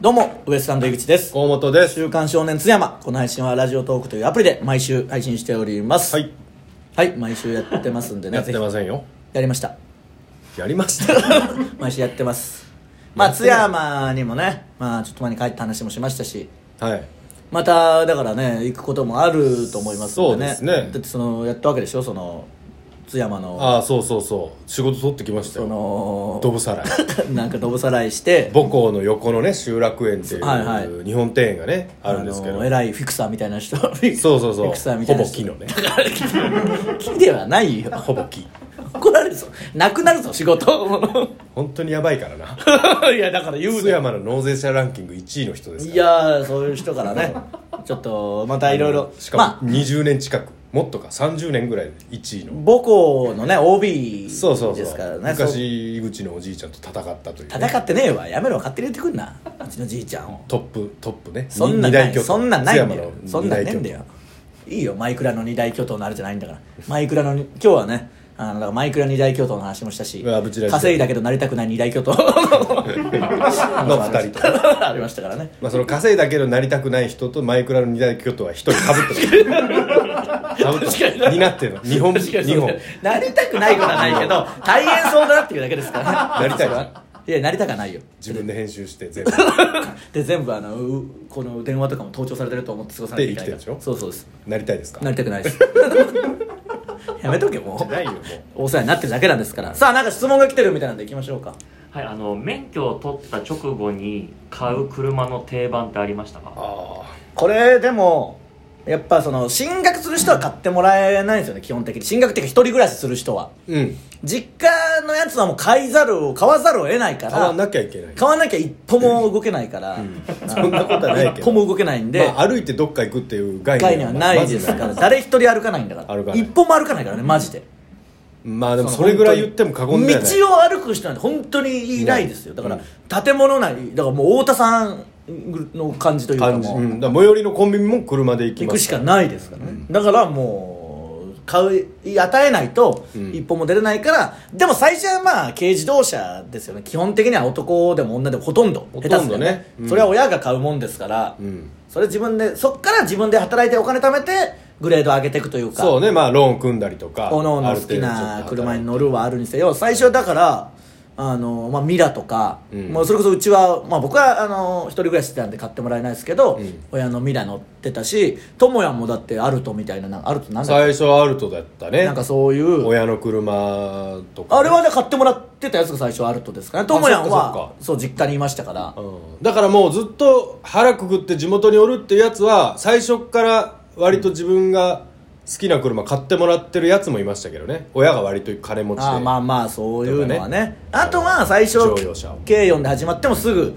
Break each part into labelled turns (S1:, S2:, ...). S1: どうも、ウエストランド井口です。
S2: 河本です
S1: 週刊少年津山。この配信はラジオトークというアプリで毎週配信しております。
S2: は。い
S1: はい、毎週やってますんでね。
S2: やってま
S1: ぜ
S2: せんよ
S1: ひやりました。
S2: やりました
S1: 毎週やってます。まあ、
S2: やっ
S1: 津
S2: てる
S1: 山にもね、まあ、ちょっと前に帰った話もしましたし、
S2: はい
S1: また、だからね、行くこともあると思いますんでね。
S2: そうですね
S1: だって、その、やったわけでしょ、その、津山の、
S2: ああそうそうそう仕事取ってきました
S1: そ
S2: よ
S1: の、
S2: ドブさらい
S1: なんか、どぶさらいして、
S2: 母校の横のね集落園ってい
S1: はいはいう
S2: 日本庭園がねあるんですけど
S1: の偉いフィクサーみたいな人、そ
S2: そうそ
S1: フ
S2: う
S1: ィ
S2: そう
S1: クサーみた
S2: ほ
S1: いな
S2: ぼ
S1: 人
S2: 木のね
S1: 木ではないよ。
S2: ほぼ木
S1: 怒られるぞなくなるぞ仕事
S2: 本当にやばいから ない
S1: やだから言う
S2: 津
S1: ね
S2: 山の納税者ランキング1位の人です
S1: い
S2: から
S1: やーそういう人からねちょっとまたいろいろ
S2: し
S1: ま
S2: かも20年近くもっとか30年ぐらい1位
S1: あ
S2: の
S1: 母校のね OB ですか
S2: そ
S1: ら
S2: う
S1: ね
S2: そうそう
S1: そう
S2: 昔井口のおじいちゃんと戦ったというね
S1: 戦ってねえわやめろ勝手に言ってくんなうちのじいちゃんを
S2: トップトップね
S1: そんなん
S2: 二大
S1: ない
S2: 巨頭
S1: そんなんないんだ
S2: 津
S1: よ
S2: 山の
S1: そんなんねえんだよいいよマイクラの二大巨頭のあれじゃないんだからマイクラの今日はねあのだからマイクラ二大巨頭の話もしたし
S2: うわぶちラジ
S1: 稼いだけどなりたくない二大 巨頭の
S2: 二人
S1: ありましたからね
S2: まあ、その稼いだけどなりたくない人とマイクラの二大巨頭は一人かぶってるかぶってるになってるの日本
S1: 確かにそうだ
S2: 日
S1: よ
S2: 本
S1: なりたくないことはないけど大変そうだなっていうだけです からね
S2: なりたい
S1: それはいやなりたくはないよ
S2: 自分で編集して全部
S1: で全部あのうこの電話とかも盗聴されてると思って過ごさなきゃいけないから
S2: で生きてるでしょ
S1: そうそうです
S2: なりたいですか
S1: なりたくないです やめとけも
S2: ないよも
S1: う
S2: う
S1: お世話になってるだけなんですからさあなんか質問が来てるみたいなんでいきましょうか
S3: はい、あの免許を取った直後に買う車の定番ってありましたか
S2: あ
S1: これでもやっぱその進学する人は買ってもらえないんですよね基本的に進学っていうか一人暮らしする人は
S2: ーうん
S1: 実家のやつはもう買いざるを買わざるを得ないか
S2: 買
S1: ら
S2: わなきゃいけない
S1: 買わなきゃ一歩も動けないから、
S2: そんなことはないけ
S1: 一
S2: ど
S1: 歩も動けないんで、
S2: まあ、歩いてどっか行くっていう概
S1: 概
S2: 念
S1: 念はないですから、誰一人歩かないんだから
S2: 歩かない
S1: 一歩も歩かないからねマジで、
S2: まあでもそれぐらい言っても過言ではない
S1: 道を歩く人なんて本当にいないですよだから、建物内だからもう太田さんの感じというか
S2: 感じ、
S1: もう、
S2: うん、だから最寄りのコンビニも車で行き
S1: 行
S2: ま
S1: く
S2: す
S1: しかないですからね、だからもう買う与えないと
S2: うん
S1: 一歩も出れないから、でも最初はまあ軽自動車ですよね基本的には男でも女でもほとんど
S2: ほとん
S1: 下手す
S2: どね
S1: りゃ
S2: うん
S1: それは親が買うもんですから、
S2: うん
S1: それ自分でそっから自分で働いてお金貯めてグレード上げていくというか
S2: そうねまあローン組んだりとか
S1: おのお
S2: あ
S1: の
S2: る
S1: 好
S2: 程
S1: き
S2: 度
S1: な
S2: ちょっと働
S1: 車
S2: いて
S1: に乗るはあるにせよ最初だからあの、まあ、ミラとか、
S2: うん
S1: もうそれこそうちは、まあ、僕はあの一人暮らししてたんで買ってもらえないですけど、
S2: うん
S1: 親のミラ乗ってたし智也もだってアルトみたいななんかアルトなんだっ
S2: 最初はアルトだった
S1: け
S2: ね
S1: なんかそういう
S2: 親の車とか
S1: あれはね買ってもらってたやつが最初アルトですかね智也
S2: そっか
S1: は
S2: そ
S1: そう実家にいましたから
S2: うんだからもうずっと腹くくって地元におるっていうやつは最初から割と自分が好きな車買ってもらってるやつもいましたけどね親が割と金持ちで
S1: ああまあまあそういうのはね
S2: とかね
S1: あとは最初
S2: 乗用車を
S1: 軽4で始まってもすぐ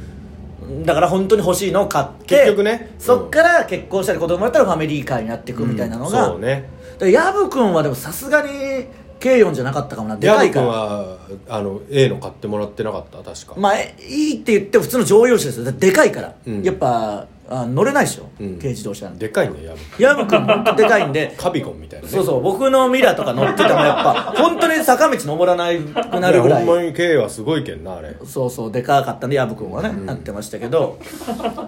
S1: だから本当に欲しいのを買って
S2: 結局ねうん
S1: そっから結婚したり子供だったらファミリーカーになっていくみたいなのが、
S2: そうね
S1: でヤブ君はでもさすがに軽4じゃなかったかもなで
S2: ヤ
S1: か
S2: ブ
S1: いか
S2: 君
S1: ら
S2: はあの A の買ってもらってなかった確か、
S1: まあえいいって言っても普通の乗用車ですよだってでかいから、
S2: うん
S1: やっぱあ乗れないでしょ、
S2: うん
S1: 軽自動車なんで
S2: でかいねヤブ君
S1: ヤブ君本当でかいん で
S2: カビコンみたいなね
S1: そうそう僕のミラとか乗っててもやっぱ本当に坂道登らなくなるぐらい
S2: やほんまに K はすごいけんなあれ
S1: そうそうでかかったんで薮君はね、なってましたけど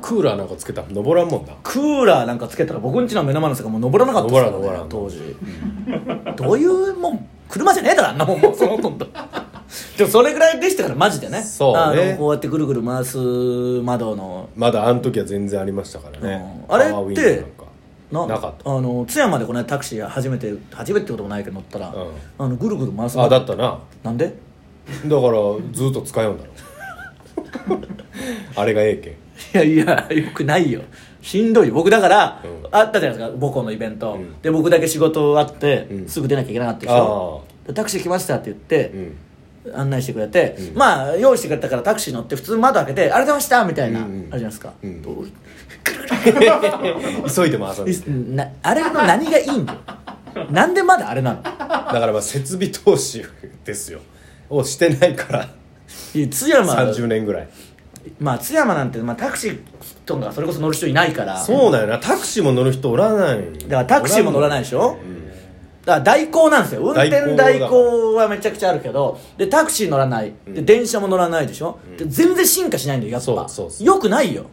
S2: クーラーなんかつけたら登らんもんな
S1: クーラーなんかつけたら僕ん家の目の前の坂もう登らなかったです
S2: 登
S1: かららね
S2: ん
S1: 当
S2: 登
S1: 時どういうもん車じゃねえだろあんなもん もうそのほとんどでもそれぐらいでしたからマジでね
S2: そうね
S1: あのこうやってぐるぐる回す窓の
S2: まだあの時は全然ありましたからね、
S1: うんあれって
S2: パワーウィンドウなんか
S1: な
S2: なかった
S1: あの津山でこの間タクシー初めて初めてってこともないけど乗ったら、
S2: うん
S1: あのぐるぐる回す
S2: あ
S1: 窓
S2: だったな
S1: なんで
S2: だからずっと使いよんだろ あれがええけん
S1: いやいや、よくないよ。しんどいよ。僕だから、
S2: うん
S1: あったじゃないですか、母校のイベント。
S2: ん
S1: で、僕だけ仕事あって、
S2: うん
S1: すぐ出なきゃいけなかったでしょ。でタクシー来ましたって言って、
S2: ん
S1: 案内してくれて、
S2: うん
S1: まあ、用意してくれたからタクシー乗って、普通窓開けて、ありがとうございましたみたいな、
S2: うんうん
S1: あるじゃないですか。
S2: うん
S1: どうい
S2: 急いで回さない
S1: なあれの何がいいんだよ。 なんでまだあれなの
S2: だからまあ設備投資ですよをしてないから
S1: いや津山、
S2: 30年ぐらい
S1: まあ、津山なんて、まあ、タクシーとかそれこそ乗る人いないから。
S2: そうなんやなタクシーも乗る人おらな
S1: だ
S2: い
S1: からタクシーも乗らないでしょ
S2: うん
S1: だから代行なんですよ運転代
S2: 代行だ
S1: 行はめちゃくちゃあるけどでタクシー乗らないで
S2: うん
S1: 電車も乗らないでしょ、で全然進化しないんだよやっぱ
S2: そうそうそう
S1: よくないよ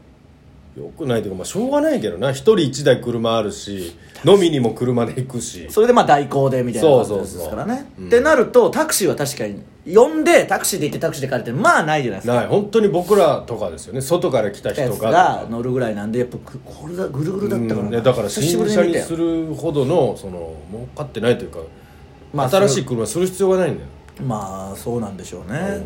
S2: よくないというか、まあ、しょうがないけどな一人一台車あるし飲みにも車で行くし
S1: それでまあ代行でみたいな
S2: そう
S1: 感じ
S2: そう
S1: で
S2: そ
S1: す
S2: う
S1: からね
S2: うん
S1: ってなるとタクシーは確かに呼んでタクシーで行ってタクシーで帰るってまあないじゃないですか
S2: ない本当に僕らとかですよね外から来た人
S1: や
S2: が
S1: つが乗るぐらいなんでやっぱくこれがぐるぐるだったから
S2: うんい
S1: な
S2: やだから
S1: 久しぶり
S2: 新車
S1: 見
S2: に
S1: たよ
S2: するほどのその儲かってないというか、
S1: まあ
S2: 新しい車する必要がないんだよ、
S1: まあそうなんでしょうね、
S2: うん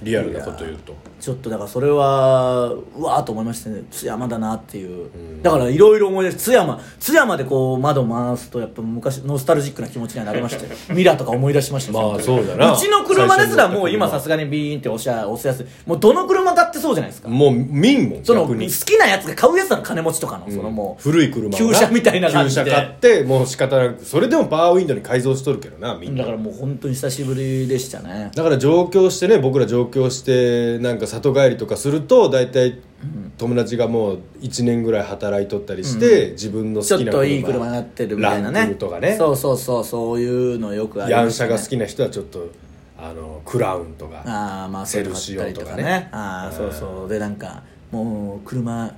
S2: リアルなこと言うと
S1: ちょっとだからそれはうわーと思いましたね津山だなっていう、だからいろいろ思い出して津山津山でこう窓回すとやっぱ昔ノスタルジックな気持ちにはなりましたよ ミラーとか思い出しました
S2: まあ
S1: その時
S2: そうだな
S1: うちの車ですらもう今さ
S2: 最初に乗った車
S1: すがにビーンって押しゃ押すやつもうどの車だってそうじゃないですか
S2: もう見んもん
S1: その
S2: 逆
S1: 好
S2: に
S1: きなやつが買うやつなの金持ちとかの、そのもう
S2: 古い車を
S1: 旧車みたいな感じで
S2: 旧車買ってもう仕方なくそれでもパワーウィンドウに改造しとるけどなみんな
S1: だからもう本当に久しぶりでしたね
S2: だから上京してね僕ら上京してなんか里帰りとかすると大体友達がもう1年ぐらい働いとったりして、自分の好き
S1: ちょ
S2: な
S1: っ
S2: 車
S1: といい車になってるみたいなね
S2: ランクルとかね
S1: そうそうそうそういうのよくあり
S2: ヤ
S1: ま
S2: ン
S1: し
S2: シ
S1: た、
S2: ャ
S1: ね、
S2: が好きな人はちょっとあのクラウンとか
S1: ああまあそうい
S2: セ
S1: う
S2: ル
S1: の買
S2: シ
S1: った
S2: オ
S1: りと
S2: と
S1: か
S2: か
S1: ね
S2: ね
S1: ああ
S2: う
S1: そ
S2: ん
S1: うそうでなんかもう車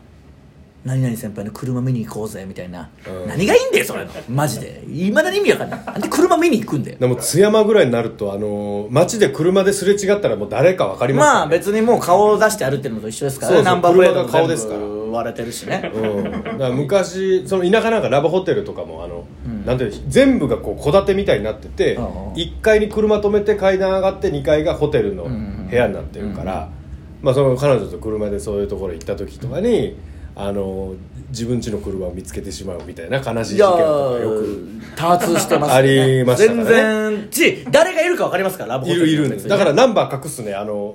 S1: 何々先輩の車見に行こうぜみたいな、
S2: うん
S1: 何がいいんだよそれのマジでいまだに意味わかんないなんで車見に行くんだよ
S2: でも津山ぐらいになるとあの街で車ですれ違ったらもう誰か分かります
S1: まあ
S2: からね
S1: 別にもう顔を出して歩いてるのと一緒ですからね
S2: そうそう
S1: ナンバープレートも
S2: 車が顔
S1: 全
S2: ですから
S1: 部割れてるしね
S2: うん、だから昔その田舎なんかラブホテルとかもあの、なんていうの全部がこう戸建てみたいになってて、
S1: うんうん
S2: 1階に車止めて階段上がって2階がホテルの
S1: ん
S2: 部屋になってるから、まあ、その彼女と車でそういうところ行った時とかに、あの自分家の車を見つけてしまうみたいな悲しい
S1: い
S2: 事件
S1: や
S2: とかよく
S1: ー多発してますよね
S2: ありましたからね
S1: 全然ち誰がいるかわかりますからラブホ
S2: い
S1: テル
S2: るいる
S1: の
S2: んですだからナンバー隠すねあの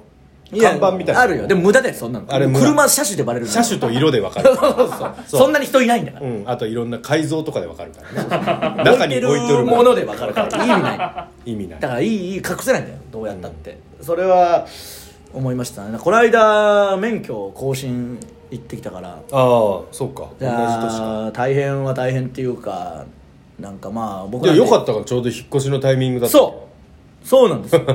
S1: いや
S2: 看板みたいな
S1: あるよでも無駄だよそんなの
S2: あれ無駄
S1: 車車種でバレるの
S2: 車種と色で分か
S1: そ
S2: る
S1: うそうそうそんなに人いないんだから
S2: うん、あといろんな改造とかで分かるから ね中に置いてる
S1: もので分かるから意味 ない
S2: 意味ない
S1: だからいいいい隠せないんだよどうやったって、それは思いましたねこの間免許更新行ってきたから
S2: ああそうか
S1: じゃあ大変は大変っていうかなんかまあ僕
S2: いやよかったたからちょうど引っ越しのタイミングだった
S1: そうそうなんですよ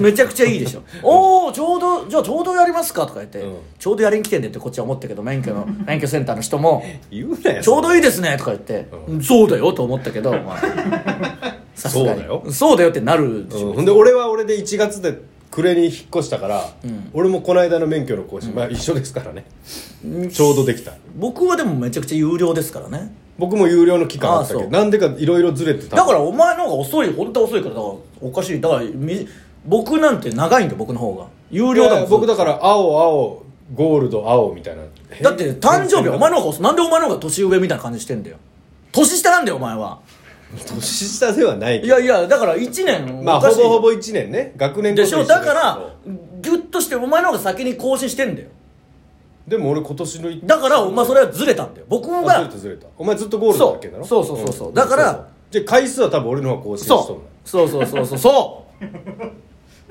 S1: めちゃくちゃいいでしょおおちょうどじゃあちょうどやりますかとか言って、
S2: うん
S1: ちょうどやりに来てんでってこっちは思ったけど免許 の免許センターの人も
S2: 言うなよ
S1: ちょうどいい
S2: で
S1: ですねとか言って、そうだよと思ったけど、まあ、さすがに
S2: そうだよ
S1: そうだよってなるでしょ、
S2: ほんで俺は俺で1月で暮れに引っ越したから、俺もこの間の免許の更新、まあ一緒ですからね、ちょうどできた
S1: 僕はでもめちゃくちゃ有料ですからね
S2: 僕も有料の期間あったけ
S1: ああそう
S2: どなんでかいろいろずれてた
S1: だからお前の方が遅い本当は遅いからだからおかしいだからみ僕なんて長いんだよ僕の方が有料だ
S2: い
S1: も
S2: や
S1: ん
S2: 僕だから青青ゴールド青みたいな
S1: だって誕生日はお前の方が遅いなんでお前の方が年上みたいな感じしてんだよ年下なんだよお前は
S2: 年下ではないけ
S1: い
S2: ど
S1: やいやだから1年
S2: まあ
S1: おかし
S2: ほ
S1: いよ
S2: ぼほぼ1年ね学年
S1: でしょ
S2: ごと
S1: だ
S2: に一緒
S1: からギュッとしてお前の方が先に更新してんだよ
S2: でも俺今年の
S1: だからお前それはずれたんだよ僕
S2: あずれ
S1: が
S2: たずれたお前ずっとゴールドだっけだろ
S1: そうそうそうそうそうだから
S2: じゃあ回数は多分俺の方が更新しとん
S1: そ
S2: の
S1: うそうそうそうそうそ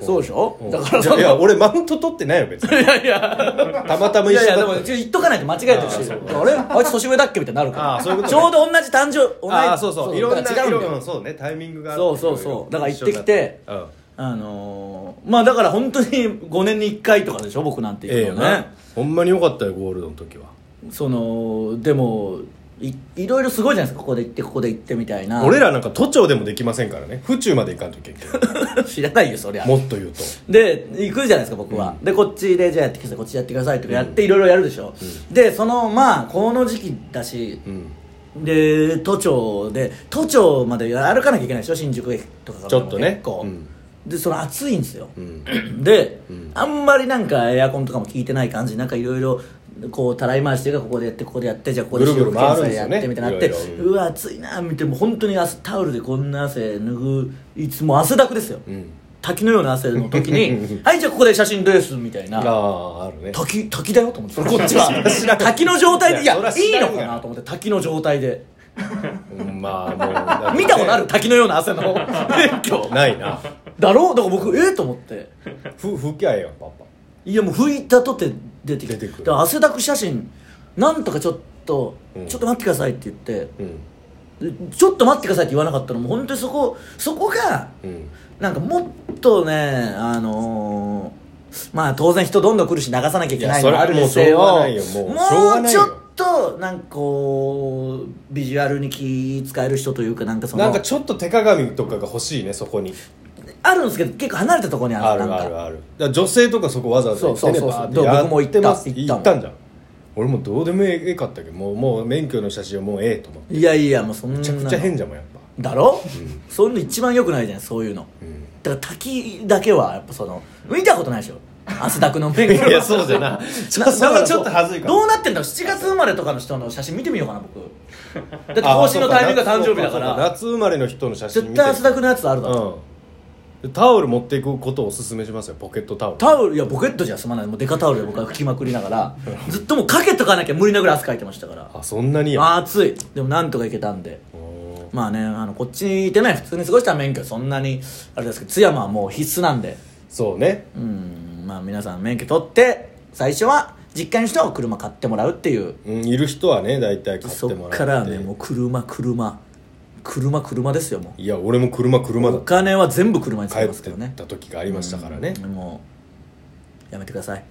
S1: うそうでしょだから
S2: じゃ
S1: そ
S2: あいや
S1: の
S2: 俺マウント取ってないよ別 に
S1: いやいや
S2: たまたま
S1: い
S2: 一緒
S1: やいやで
S2: だ
S1: も
S2: った
S1: ちょ言っとかないと間違えてるしあれあいつ年上だっけみたいになるから
S2: あーそういうこと
S1: ちょうど同じ誕生同じ
S2: ああそうそういろんな
S1: だから違うん
S2: 色
S1: だよ
S2: うんそうねタイミングが
S1: そうそうそう
S2: いろいろ
S1: だから行ってきて
S2: 一緒だったうん
S1: あのー、まあだから本当に5年に1回とかでしょ僕なんて行
S2: ええよ
S1: くのね
S2: ね、ほんまによかったよゴールドの時は
S1: そのでもいいろいろすごいじゃないですかここで行ってここで行ってみたいな
S2: 俺らなんか都庁でもできませんからね府中まで行かんといけんけど
S1: 知らないよそりゃ
S2: もっと言うと
S1: で行くじゃないですか僕は、でこっちでじゃあやってくださいこっちやってくださいとかやっていろいろやるでしょ、でそのまあこの時期だし、
S2: うん
S1: で都庁で都庁まで歩かなきゃいけないでしょ新宿駅とかから
S2: ちょっとね
S1: 結構、
S2: うん
S1: でその暑いんですよ、
S2: ん
S1: で、あんまりなんかエアコンとかも効いてない感じでなんかいろいろこうたらい回してがここでやってここでやってじゃあここで
S2: ぐるぐる
S1: 視力検査
S2: 回るんです
S1: や
S2: よ
S1: っ
S2: ね
S1: てみたいなって
S2: いろいろう
S1: うわ暑いな見てもう本当に汗タオルでこんな汗拭ういつも汗だくですよ、
S2: ん
S1: 滝のような汗の時 にはいじゃあここで写真ですみたいな
S2: あああるね
S1: 滝滝だよと思 ってこっちは 滝の状態でいや
S2: いやそ
S1: いい
S2: りゃ知らん
S1: の
S2: が
S1: かなと思って滝の状態で
S2: うんまあもうだってね
S1: 見たこと ある滝のような汗の免許
S2: ないな
S1: だろだから僕ええと思って
S2: ふ吹きゃええやんパパ
S1: いやもう拭いたとて出てきて
S2: 出てくる
S1: だから汗だく写真なんとかちょっと、
S2: うん
S1: ちょっと待ってくださいって言って、
S2: うん
S1: ちょっと待ってくださいって言わなかったのも本当にそこそこが
S2: うん
S1: なんかもっとねあのーまあ当然人どんどん来るし流さなきゃいけないの
S2: いやそれは
S1: あるにせよ
S2: もうしょうがないよもうしょうが
S1: もう
S2: ない
S1: ち
S2: よ
S1: ょっとなんかこうビジュアルに気使える人というかなんかその
S2: なんかちょっと手鏡とかが欲しいねそこに
S1: あるんですけど結構離れたところにあ
S2: あ
S1: る
S2: る
S1: なんか
S2: あるあるだから女性とかそこわざわざ行ってね
S1: そうそうそう
S2: バーって
S1: どう
S2: や
S1: 僕も行った
S2: ます
S1: 行った
S2: 行ったんじゃん俺もどうでもええかったけどもうもう免許の写真はもうええと思って
S1: いやいやもうそんな
S2: めちゃくちゃ変じゃんもんやっぱ
S1: だろ、そんな一番良くないじゃんそういうの
S2: うん
S1: だから滝だけはやっぱその見たことないでしょ汗だくの免許
S2: いやそうじゃな ちょそれはちょっと恥ずいから
S1: どうなってんだろう7月生まれとかの人の写真見てみようかな 僕だって更新のタイミングが誕生日だか
S2: そうそうそう
S1: ら
S2: 夏生まれの人の写真見て
S1: 絶対汗だくのやつあるだろ、
S2: うんタオル持っていくことをおすすめしますよポケットタオル
S1: タオルいやポケットじゃ済まないもうデカタオルで僕は拭きまくりながらずっともうかけとかなきゃ無理なぐらい汗かいてましたから
S2: あそんなにや
S1: あー暑いでもなんとかいけたんで
S2: うん
S1: まあねあのこっちにいてね普通に過ごしたら免許そんなにあれですけど津山はもう必須なんで
S2: そうね
S1: うんまあ皆さん免許取って最初は実家の人は車買ってもらうっていう
S2: うんいる人はね大体買って
S1: そ
S2: もらって
S1: っからはねもう車車車車ですよも
S2: いや俺も車車
S1: う
S2: だ
S1: お金は全部車に使い
S2: 帰
S1: ま
S2: っ
S1: す
S2: て
S1: けどね
S2: た時がありましたからね
S1: もうやめてください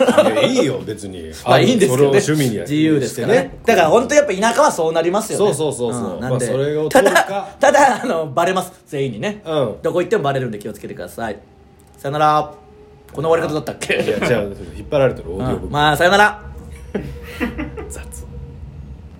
S2: いやいいよ別に
S1: まあいいんですけどね
S2: それを趣味にや
S1: 自由ですからねだから本当やっぱ田舎はそうなりますよね
S2: そうそうそうそうん
S1: なんで、
S2: まあそれを
S1: た
S2: 取る
S1: だ
S2: か
S1: ただあのバレます全員にね、
S2: うん
S1: どこ行ってもバレるんで気をつけてくださいさよならこの終わり方だったっ
S2: いや
S1: け、
S2: 違う引っ張られてるオーディオブック
S1: うんまあさよなら
S2: 雑